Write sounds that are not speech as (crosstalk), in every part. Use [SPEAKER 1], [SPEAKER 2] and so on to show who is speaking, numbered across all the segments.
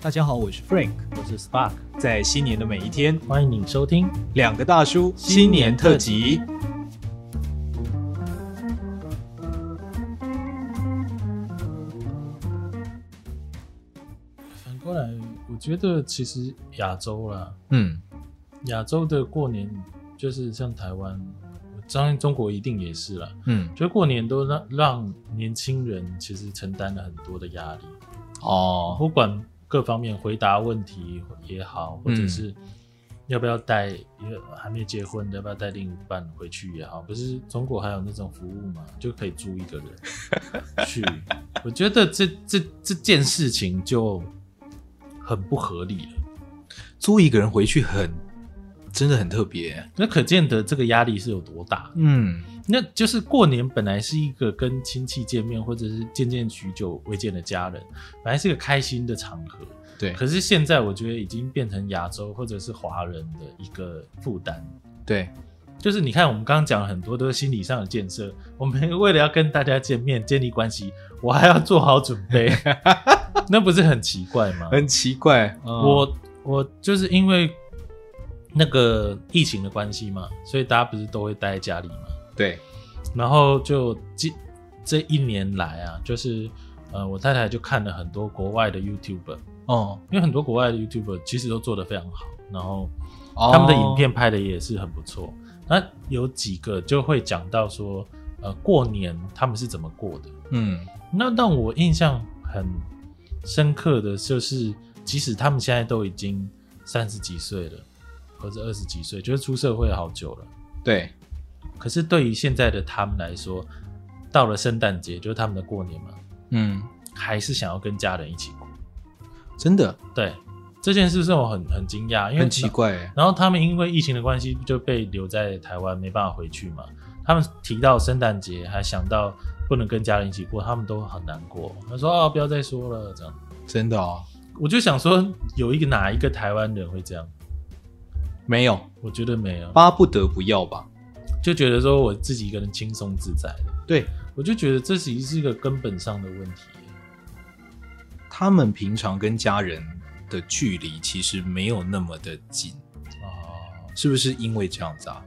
[SPEAKER 1] 大家好，我是 Frank，
[SPEAKER 2] 我是 Spark，
[SPEAKER 1] 在新年的每一天，
[SPEAKER 2] 欢迎你收听。
[SPEAKER 1] 两个大叔新
[SPEAKER 2] 新
[SPEAKER 1] 年
[SPEAKER 2] 年
[SPEAKER 1] 特
[SPEAKER 2] 特
[SPEAKER 1] 辑
[SPEAKER 2] 辑。反过来，我觉得其实亚洲啦，
[SPEAKER 1] 嗯，
[SPEAKER 2] 亚洲的过年就是像台湾，我相信中国一定也是啦。
[SPEAKER 1] 嗯，
[SPEAKER 2] 觉得过年都让让年轻人其实承担了很多的压力，
[SPEAKER 1] 哦，
[SPEAKER 2] 不管各方面回答问题也好，或者是要不要带一个还没结婚的，要不要带另一半回去也好，不是中国还有那种服务嘛，就可以租一个人 (laughs) 去。我觉得这这这件事情就很不合理了。
[SPEAKER 1] 租一个人回去很，真的很特别。
[SPEAKER 2] 那可见得这个压力是有多大。
[SPEAKER 1] 嗯
[SPEAKER 2] 那就是过年本来是一个跟亲戚见面，或者是见见许久未见的家人，本来是个开心的场合。
[SPEAKER 1] 对
[SPEAKER 2] 可是现在我觉得已经变成亚洲或者是华人的一个负担。
[SPEAKER 1] 对，
[SPEAKER 2] 就是你看，我们刚刚讲了很多都是心理上的建设。我们 (laughs) 为了要跟大家见面建立关系，我还要做好准备，那不是很奇怪吗？
[SPEAKER 1] 很奇怪。嗯
[SPEAKER 2] 我我就是因为那个疫情的关系嘛，所以大家不是都会待在家里嘛。
[SPEAKER 1] 对，
[SPEAKER 2] 然后就这这一年来啊，就是呃，我太太就看了很多国外的 YouTuber，
[SPEAKER 1] 哦，
[SPEAKER 2] 因为很多国外的 YouTuber 其实都做得非常好，然后
[SPEAKER 1] 哦
[SPEAKER 2] 他们的影片拍的也是很不错。那有几个就会讲到说，呃，过年他们是怎么过的。
[SPEAKER 1] 嗯，
[SPEAKER 2] 那让我印象很深刻的就是，即使他们现在都已经三十几岁了，或者二十几岁，就是出社会好久了。
[SPEAKER 1] 对，
[SPEAKER 2] 可是对于现在的他们来说，到了圣诞节就是他们的过年嘛，
[SPEAKER 1] 嗯，
[SPEAKER 2] 还是想要跟家人一起过。
[SPEAKER 1] 真的
[SPEAKER 2] 对这件事让我很很惊讶，因为
[SPEAKER 1] 很奇。怪耶。
[SPEAKER 2] 然后他们因为疫情的关系就被留在台湾，没办法回去嘛。他们提到圣诞节，还想到不能跟家人一起过，他们都很难过。他说：“啊，不要再说了。”这样，
[SPEAKER 1] 真的哦，
[SPEAKER 2] 我就想说，有一个哪一个台湾人会这样？
[SPEAKER 1] 没有，
[SPEAKER 2] 我觉得没有，
[SPEAKER 1] 巴不得不要吧？
[SPEAKER 2] 就觉得说我自己一个人轻松自在的。
[SPEAKER 1] 对
[SPEAKER 2] 我就觉得这其实是一个根本上的问题。
[SPEAKER 1] 他们平常跟家人的距离其实没有那么的近，
[SPEAKER 2] 哦，
[SPEAKER 1] 是不是因为这样子啊？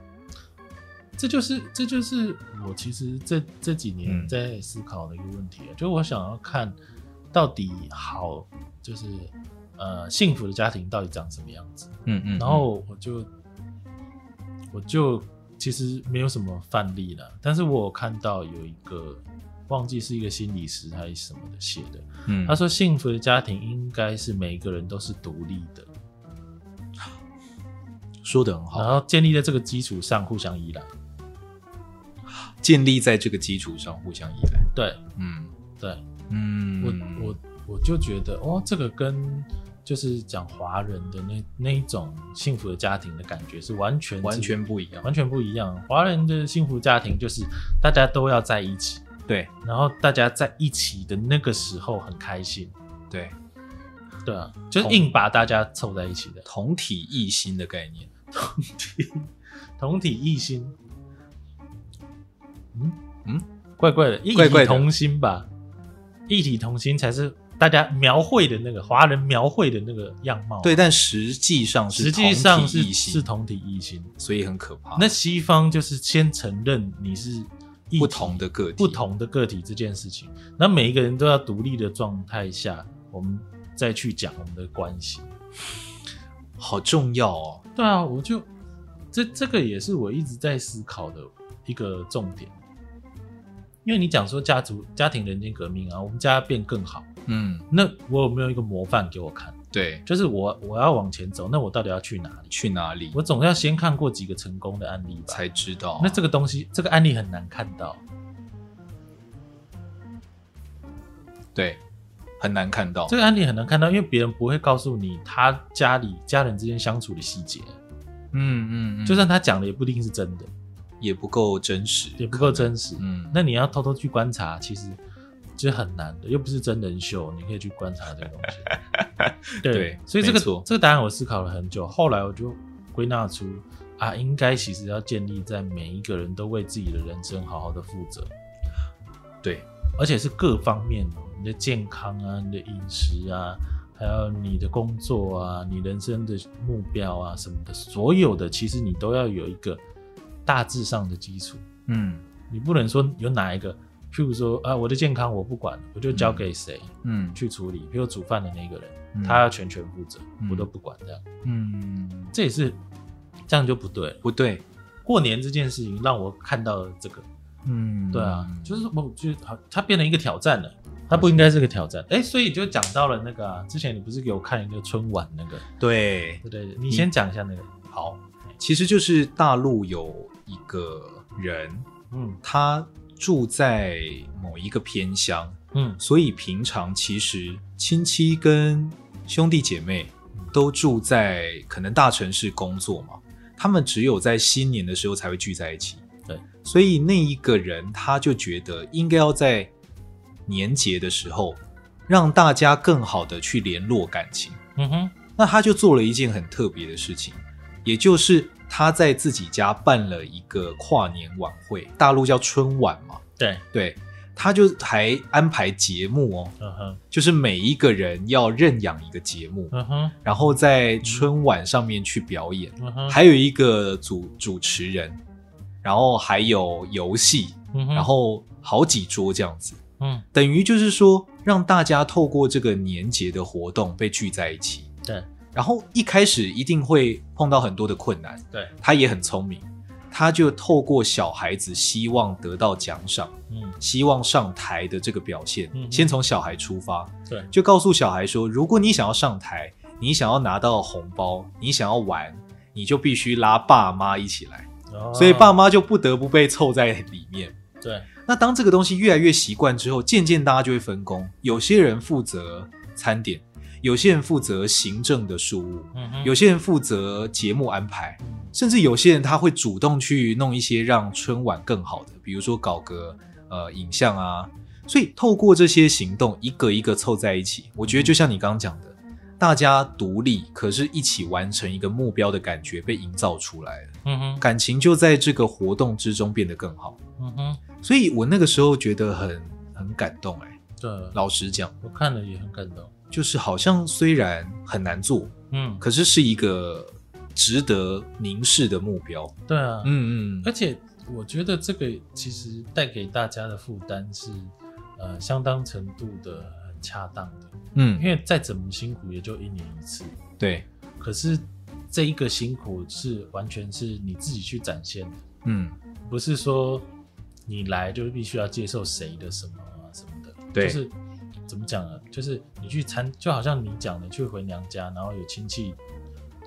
[SPEAKER 2] 这就是这就是我其实这这几
[SPEAKER 1] 嗯
[SPEAKER 2] 年在思考的一个问题、啊就我想要看到底好就是呃幸福的家庭到底长什么样子，
[SPEAKER 1] 嗯嗯，
[SPEAKER 2] 然后我就我就其实没有什么范例了，但是我有看到有一个忘记是一个心理师还是什么的写的，
[SPEAKER 1] 嗯，
[SPEAKER 2] 他说幸福的家庭应该是每一个人都是独立的，
[SPEAKER 1] 说的很
[SPEAKER 2] 然
[SPEAKER 1] 好，
[SPEAKER 2] 后建立在这个基础上互相依赖。
[SPEAKER 1] 建立在这个基础上互相依赖。
[SPEAKER 2] 对
[SPEAKER 1] 嗯
[SPEAKER 2] 对，
[SPEAKER 1] 嗯，
[SPEAKER 2] 我我我就觉得哦，这个跟就是讲华人的那那一种幸福的家庭的感觉是完全
[SPEAKER 1] 完全不一样。
[SPEAKER 2] 完全不一样。华人的幸福家庭就是大家都要在一起，
[SPEAKER 1] 对
[SPEAKER 2] 然后大家在一起的那个时候很开心，
[SPEAKER 1] 对，
[SPEAKER 2] 对啊，就是硬把大家凑在一起的
[SPEAKER 1] 同体异心的概念。
[SPEAKER 2] 同体异心。嗯
[SPEAKER 1] 嗯
[SPEAKER 2] 嗯，怪怪的，异
[SPEAKER 1] 怪怪
[SPEAKER 2] 体
[SPEAKER 1] 的
[SPEAKER 2] 同心吧，一体同心才是大家描绘的那个华人描绘的那个样貌啊。
[SPEAKER 1] 对，但实际上是
[SPEAKER 2] 实际上
[SPEAKER 1] 同体
[SPEAKER 2] 是
[SPEAKER 1] 异
[SPEAKER 2] 是
[SPEAKER 1] 心，
[SPEAKER 2] 同体异心。
[SPEAKER 1] 所以很可怕。
[SPEAKER 2] 那西方就是先承认你是异体
[SPEAKER 1] 不同的个体，
[SPEAKER 2] 不同的个体这件事情，那每一个人都要独立的状态下，我们再去讲我们的关系。
[SPEAKER 1] 好重要哦。
[SPEAKER 2] 对啊，我就这这个也是我一直在思考的一个重点，因为你讲说家族家庭人间革命啊，我们家变更好，
[SPEAKER 1] 嗯，
[SPEAKER 2] 那我有没有一个模范给我看？
[SPEAKER 1] 对，
[SPEAKER 2] 就是我我要往前走，那我到底要去哪里？
[SPEAKER 1] 去哪里
[SPEAKER 2] 我总要先看过几个成功的案例吧。
[SPEAKER 1] 才知道？
[SPEAKER 2] 那这个东西，这个案例很难看到。
[SPEAKER 1] 对很难看到
[SPEAKER 2] 这。个案例很难看到，因为别人不会告诉你他家里家人之间相处的细节，
[SPEAKER 1] 嗯嗯嗯，
[SPEAKER 2] 就算他讲的也不一定是真的，
[SPEAKER 1] 也不够真实，
[SPEAKER 2] 也不够真实。
[SPEAKER 1] 嗯，
[SPEAKER 2] 那你要偷偷去观察，其实其实很难的，又不是真人秀，你可以去观察这个东西。
[SPEAKER 1] (laughs)
[SPEAKER 2] 对，
[SPEAKER 1] 对
[SPEAKER 2] 所以这个
[SPEAKER 1] 没错
[SPEAKER 2] 这个答案我思考了很久，后来我就归纳出啊，应该其实要建立在每一个人都为自己的人生好好的负责，
[SPEAKER 1] 对
[SPEAKER 2] 而且是各方面，你的健康啊，你的饮食啊，还有你的工作啊，你人生的目标啊什么的，所有的其实你都要有一个大致上的基础。
[SPEAKER 1] 嗯
[SPEAKER 2] 你不能说有哪一个，譬如说啊，我的健康我不管，我就交给谁
[SPEAKER 1] 嗯
[SPEAKER 2] 去处理，譬如煮饭的那个人，
[SPEAKER 1] 嗯
[SPEAKER 2] 他要全权负责，
[SPEAKER 1] 嗯
[SPEAKER 2] 我都不管这样，
[SPEAKER 1] 嗯，
[SPEAKER 2] 这也是这样就不对了。
[SPEAKER 1] 不对，
[SPEAKER 2] 过年这件事情让我看到了这个，
[SPEAKER 1] 嗯，
[SPEAKER 2] 对啊，就是我觉得好，它变成一个挑战了。它不应该是个挑战，哎、所以就讲到了那个、啊，之前你不是给我看一个春晚那个，
[SPEAKER 1] 对
[SPEAKER 2] 对，不对？你先讲一下那个，好，
[SPEAKER 1] 其实就是大陆有一个人，
[SPEAKER 2] 嗯
[SPEAKER 1] 他住在某一个偏乡，
[SPEAKER 2] 嗯
[SPEAKER 1] 所以平常其实亲戚跟兄弟姐妹都住在可能大城市工作嘛，他们只有在新年的时候才会聚在一起。
[SPEAKER 2] 对，
[SPEAKER 1] 所以那一个人他就觉得应该要在年节的时候让大家更好的去联络感情。
[SPEAKER 2] 嗯哼，
[SPEAKER 1] 那他就做了一件很特别的事情，也就是他在自己家办了一个跨年晚会，大陆叫春晚嘛。
[SPEAKER 2] 对，
[SPEAKER 1] 对，他就还安排节目哦，
[SPEAKER 2] 嗯哼，
[SPEAKER 1] 就是每一个人要认养一个节目，
[SPEAKER 2] 嗯哼，
[SPEAKER 1] 然后在春晚上面去表演，
[SPEAKER 2] 嗯哼，
[SPEAKER 1] 还有一个主主持人，然后还有游戏，
[SPEAKER 2] 嗯哼，
[SPEAKER 1] 然后好几桌这样子，
[SPEAKER 2] 嗯，
[SPEAKER 1] 等于就是说让大家透过这个年节的活动被聚在一起。
[SPEAKER 2] 对
[SPEAKER 1] 然后一开始一定会碰到很多的困难，
[SPEAKER 2] 对，
[SPEAKER 1] 他也很聪明，他就透过小孩子希望得到奖赏，
[SPEAKER 2] 嗯
[SPEAKER 1] 希望上台的这个表现，
[SPEAKER 2] 嗯
[SPEAKER 1] 先从小孩出发，
[SPEAKER 2] 对，
[SPEAKER 1] 就告诉小孩说，如果你想要上台，你想要拿到红包，你想要玩，你就必须拉爸妈一起来，
[SPEAKER 2] 哦
[SPEAKER 1] 所以爸妈就不得不被凑在里面。
[SPEAKER 2] 对，
[SPEAKER 1] 那当这个东西越来越习惯之后，渐渐大家就会分工，有些人负责餐点，有些人负责行政的事务，
[SPEAKER 2] 嗯哼，
[SPEAKER 1] 有些人负责节目安排，
[SPEAKER 2] 嗯
[SPEAKER 1] 甚至有些人他会主动去弄一些让春晚更好的，比如说搞个呃影像啊。所以透过这些行动，一个一个凑在一起，我觉得就像你刚刚讲的，大家独立，可是一起完成一个目标的感觉被营造出来了，
[SPEAKER 2] 嗯哼，
[SPEAKER 1] 感情就在这个活动之中变得更好。
[SPEAKER 2] 嗯哼，
[SPEAKER 1] 所以我那个时候觉得很很感动、哎，
[SPEAKER 2] 对，
[SPEAKER 1] 老实讲，
[SPEAKER 2] 我看了也很感动，
[SPEAKER 1] 就是好像虽然很难做，
[SPEAKER 2] 嗯，
[SPEAKER 1] 可是是一个值得凝视的目标。
[SPEAKER 2] 对啊，
[SPEAKER 1] 嗯嗯
[SPEAKER 2] 而且我觉得这个其实带给大家的负担是，呃，相当程度的很恰当的，因
[SPEAKER 1] 嗯，
[SPEAKER 2] 为再怎么辛苦也就一年一次，
[SPEAKER 1] 对，
[SPEAKER 2] 可是这一个辛苦是完全是你自己去展现的，
[SPEAKER 1] 嗯
[SPEAKER 2] 不是说你来就必须要接受谁的什么啊什么的，
[SPEAKER 1] 对
[SPEAKER 2] 就是怎么讲呢？就是你去参，就好像你讲的，去回娘家，然后有亲戚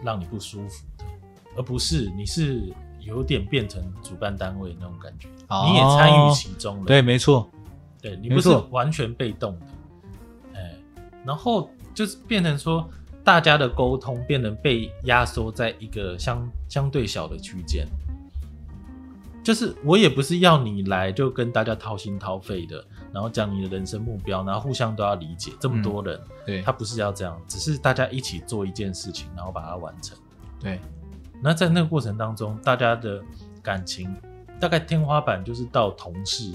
[SPEAKER 2] 让你不舒服的，而不是你是有点变成主办单位那种感觉，
[SPEAKER 1] 哦
[SPEAKER 2] 你也参与其中了，
[SPEAKER 1] 对，没错，
[SPEAKER 2] 对你
[SPEAKER 1] 没
[SPEAKER 2] 不是
[SPEAKER 1] 错
[SPEAKER 2] 完全被动的，哎，然后就是变成说。大家的沟通变得被压缩在一个相相对小的区间，就是我也不是要你来就跟大家掏心掏肺的，然后讲你的人生目标，然后互相都要理解。
[SPEAKER 1] 嗯
[SPEAKER 2] 这么多人，
[SPEAKER 1] 对
[SPEAKER 2] 他不是要这样，只是大家一起做一件事情，然后把它完成。
[SPEAKER 1] 对，
[SPEAKER 2] 那在那个过程当中，大家的感情大概天花板就是到同事，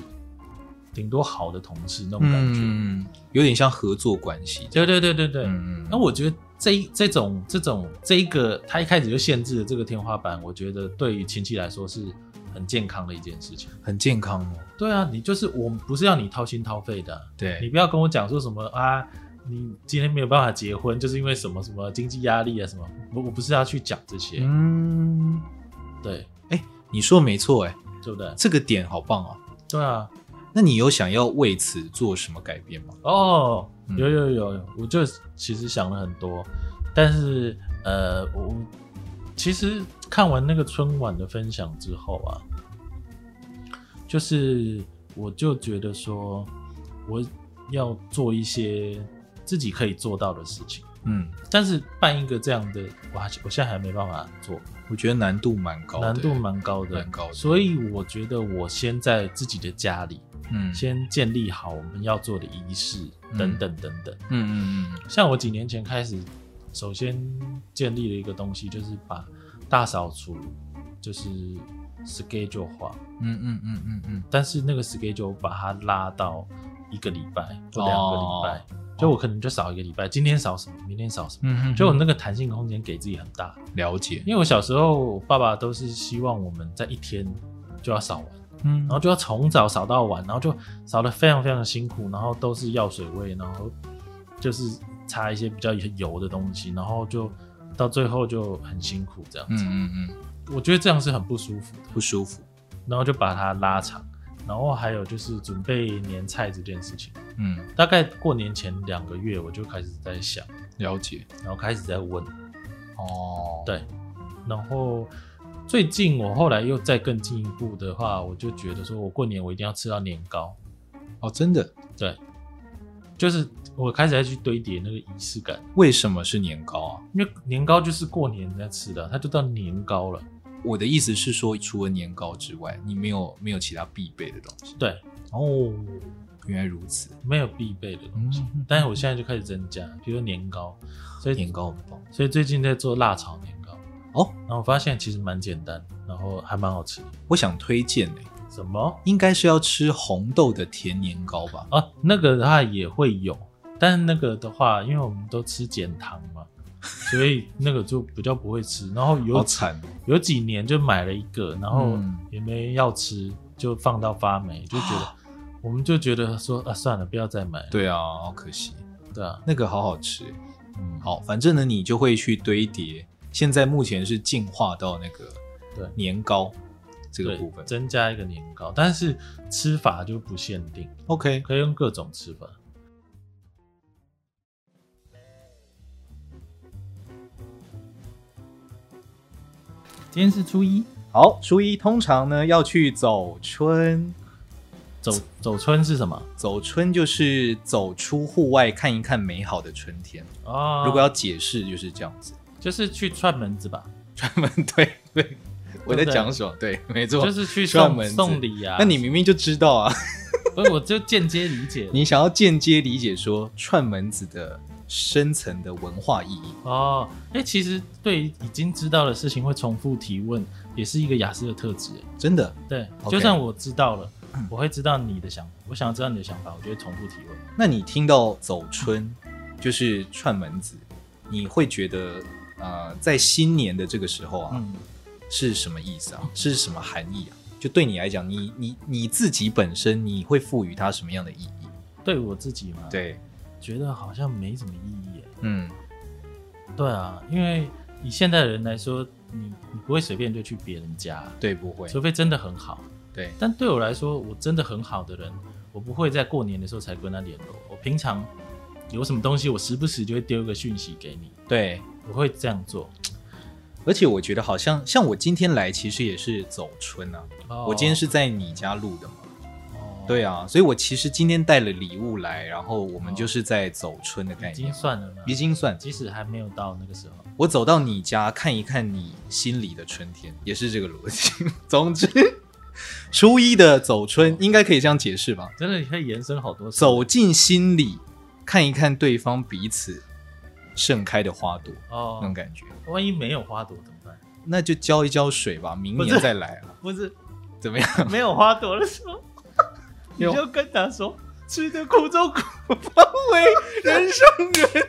[SPEAKER 2] 顶多好的同事那种感觉。
[SPEAKER 1] 嗯，有点像合作关系这样。
[SPEAKER 2] 对对对对对。
[SPEAKER 1] 嗯
[SPEAKER 2] 那我觉得这一这种这种这一个他一开始就限制了这个天花板，我觉得对于亲戚来说是很健康的一件事情。
[SPEAKER 1] 很健康哦。
[SPEAKER 2] 对啊，你就是我不是要你掏心掏肺的啊，你
[SPEAKER 1] 对，
[SPEAKER 2] 不要跟我讲说什么啊，你今天没有办法结婚，就是因为什么什么经济压力啊什么，我我不是要去讲这些，
[SPEAKER 1] 嗯，
[SPEAKER 2] 对
[SPEAKER 1] 你说没错，哎，
[SPEAKER 2] 对不对？
[SPEAKER 1] 这个点好棒哦。
[SPEAKER 2] 对啊，
[SPEAKER 1] 那你有想要为此做什么改变吗？
[SPEAKER 2] 哦，
[SPEAKER 1] 嗯
[SPEAKER 2] 有有有，有我就其实想了很多，但是呃，我我其实看完那个春晚的分享之后啊，就是我就觉得说，我要做一些自己可以做到的事情。
[SPEAKER 1] 嗯，
[SPEAKER 2] 但是办一个这样的，我还我现在还没办法做，
[SPEAKER 1] 我觉得难度蛮高的，
[SPEAKER 2] 难度蛮高的，
[SPEAKER 1] 蛮高的
[SPEAKER 2] 所以我觉得我先在自己的家里
[SPEAKER 1] 嗯，
[SPEAKER 2] 先建立好我们要做的仪式
[SPEAKER 1] 嗯
[SPEAKER 2] 等等等等。
[SPEAKER 1] 嗯嗯嗯
[SPEAKER 2] 像我几年前开始，首先建立了一个东西，就是把大扫除就是 schedule 化，
[SPEAKER 1] 嗯嗯嗯嗯嗯
[SPEAKER 2] 但是那个 schedule 把它拉到一个礼拜或两个礼拜。就我可能就少一个礼拜，今天少什么，明天少什么，
[SPEAKER 1] 嗯哼，
[SPEAKER 2] 就我那个弹性空间给自己很大。
[SPEAKER 1] 了解，
[SPEAKER 2] 因为我小时候，我爸爸都是希望我们在一天就要扫完，
[SPEAKER 1] 嗯，
[SPEAKER 2] 然后就要从早扫到晚，然后就扫得非常非常的辛苦，然后都是药水味，然后就是擦一些比较油的东西，然后就到最后就很辛苦这样
[SPEAKER 1] 嗯
[SPEAKER 2] 子。
[SPEAKER 1] 嗯嗯，
[SPEAKER 2] 我觉得这样是很不舒服的，
[SPEAKER 1] 不舒服，
[SPEAKER 2] 然后就把它拉长。然后还有就是准备年菜这件事情，
[SPEAKER 1] 嗯，
[SPEAKER 2] 大概过年前两个月我就开始在想，
[SPEAKER 1] 了解，
[SPEAKER 2] 然后开始在问，
[SPEAKER 1] 哦，
[SPEAKER 2] 对，然后最近我后来又再更进一步的话，我就觉得说我过年我一定要吃到年糕，
[SPEAKER 1] 哦，真的，
[SPEAKER 2] 对，就是我开始在去堆叠那个仪式感，
[SPEAKER 1] 为什么是年糕啊？
[SPEAKER 2] 因为年糕就是过年在吃的，它就叫年糕了，
[SPEAKER 1] 我的意思是说，除了年糕之外，你没有没有其他必备的东西。
[SPEAKER 2] 对，
[SPEAKER 1] 哦，原来如此。
[SPEAKER 2] 没有必备的东西，
[SPEAKER 1] 嗯，
[SPEAKER 2] 但是我现在就开始增加，比如说年糕，所以
[SPEAKER 1] 年糕很棒
[SPEAKER 2] 所以最近在做辣炒年糕，
[SPEAKER 1] 哦。
[SPEAKER 2] 然后我发现其实蛮简单，然后还蛮好吃的，
[SPEAKER 1] 我想推荐诶、
[SPEAKER 2] 什么？
[SPEAKER 1] 应该是要吃红豆的甜年糕吧？
[SPEAKER 2] 啊，那个的话也会有，但是那个的话，因为我们都吃减糖嘛，所以那个就比较不会吃。然后有
[SPEAKER 1] 好惨哦，
[SPEAKER 2] 有几年就买了一个，然后
[SPEAKER 1] 嗯
[SPEAKER 2] 也没要吃，就放到发霉，就觉
[SPEAKER 1] (gasps)
[SPEAKER 2] 得我们就觉得说啊，算了，不要再买了。
[SPEAKER 1] 对啊，好可惜。
[SPEAKER 2] 对啊，
[SPEAKER 1] 那个好好吃欸。
[SPEAKER 2] 嗯，，
[SPEAKER 1] 好，反正呢，你就会去堆叠。现在目前是进化到那个
[SPEAKER 2] 对
[SPEAKER 1] 年糕这个
[SPEAKER 2] 对
[SPEAKER 1] 部分。
[SPEAKER 2] 增加一个年糕，但是吃法就不限定，
[SPEAKER 1] OK，
[SPEAKER 2] 可以用各种吃法。今天是初一，
[SPEAKER 1] 好，初一通常呢要去走春，
[SPEAKER 2] 走走春是什么？
[SPEAKER 1] 走春就是走出户外看一看美好的春天。
[SPEAKER 2] 哦，
[SPEAKER 1] 如果要解释就是这样子， (laughs)
[SPEAKER 2] 就是去串门子吧，
[SPEAKER 1] 专门对对，我在
[SPEAKER 2] 对
[SPEAKER 1] 讲什么？对，没错
[SPEAKER 2] 就。是去
[SPEAKER 1] 串
[SPEAKER 2] 送
[SPEAKER 1] 门子
[SPEAKER 2] 送礼啊。
[SPEAKER 1] 那你明明就知道啊，
[SPEAKER 2] 不是，我就间接理解
[SPEAKER 1] 你想要间接理解说串门子的深层的文化意义。
[SPEAKER 2] 哦。哎、其实对于已经知道的事情会重复提问，也是一个雅思的特质。哎
[SPEAKER 1] 真的？
[SPEAKER 2] 对
[SPEAKER 1] OK 嗯
[SPEAKER 2] 就算我知道了，我会知道你的想，我想要知道你的想法，我就会重复提问。
[SPEAKER 1] 那你听到走春就是串门子，你会觉得呃，在新年的这个时候啊，
[SPEAKER 2] 嗯，
[SPEAKER 1] 是什么意思啊？是什么含义啊？就对你来讲，你你你自己本身，你会赋予它什么样的意义？
[SPEAKER 2] 对我自己嘛，，
[SPEAKER 1] 对，
[SPEAKER 2] 觉得好像没什么意义。哎
[SPEAKER 1] 嗯，
[SPEAKER 2] 对啊，因为以现代人来说，你你不会随便就去别人家，
[SPEAKER 1] 对，不会，
[SPEAKER 2] 除非真的很好。
[SPEAKER 1] 对，
[SPEAKER 2] 但对我来说，我真的很好的人，我不会在过年的时候才跟他联络。我平常有什么东西，我时不时就会丢一个讯息给你，
[SPEAKER 1] 对。
[SPEAKER 2] 我会这样做。
[SPEAKER 1] 而且我觉得好像像我今天来，其实也是走春啊。
[SPEAKER 2] 哦
[SPEAKER 1] 我今天是在你家录的嘛，
[SPEAKER 2] 哦
[SPEAKER 1] 对啊，所以我其实今天带了礼物来，然后我们
[SPEAKER 2] 哦
[SPEAKER 1] 就是在走春的概
[SPEAKER 2] 已经
[SPEAKER 1] 念，
[SPEAKER 2] 算了嘛，
[SPEAKER 1] 已经算
[SPEAKER 2] 即使还没有到那个时候，
[SPEAKER 1] 我走到你家看一看你心里的春天，也是这个逻辑。 (laughs) 总之，初一的走
[SPEAKER 2] 哦
[SPEAKER 1] 春应该可以这样解释吧？
[SPEAKER 2] 真的可以延伸好多事
[SPEAKER 1] 走进心里，看一看对方彼此盛开的花朵，那种
[SPEAKER 2] 哦。
[SPEAKER 1] 感觉。
[SPEAKER 2] 万一没有花朵怎么
[SPEAKER 1] (laughs)
[SPEAKER 2] 办？
[SPEAKER 1] 那就浇一浇水吧，明
[SPEAKER 2] 不
[SPEAKER 1] 年
[SPEAKER 2] 是
[SPEAKER 1] 再来啊，
[SPEAKER 2] 不是
[SPEAKER 1] 怎么样？ (laughs)
[SPEAKER 2] 没有花朵的时候，你
[SPEAKER 1] 有
[SPEAKER 2] 就跟他说吃的苦中苦，
[SPEAKER 1] 方为人上人，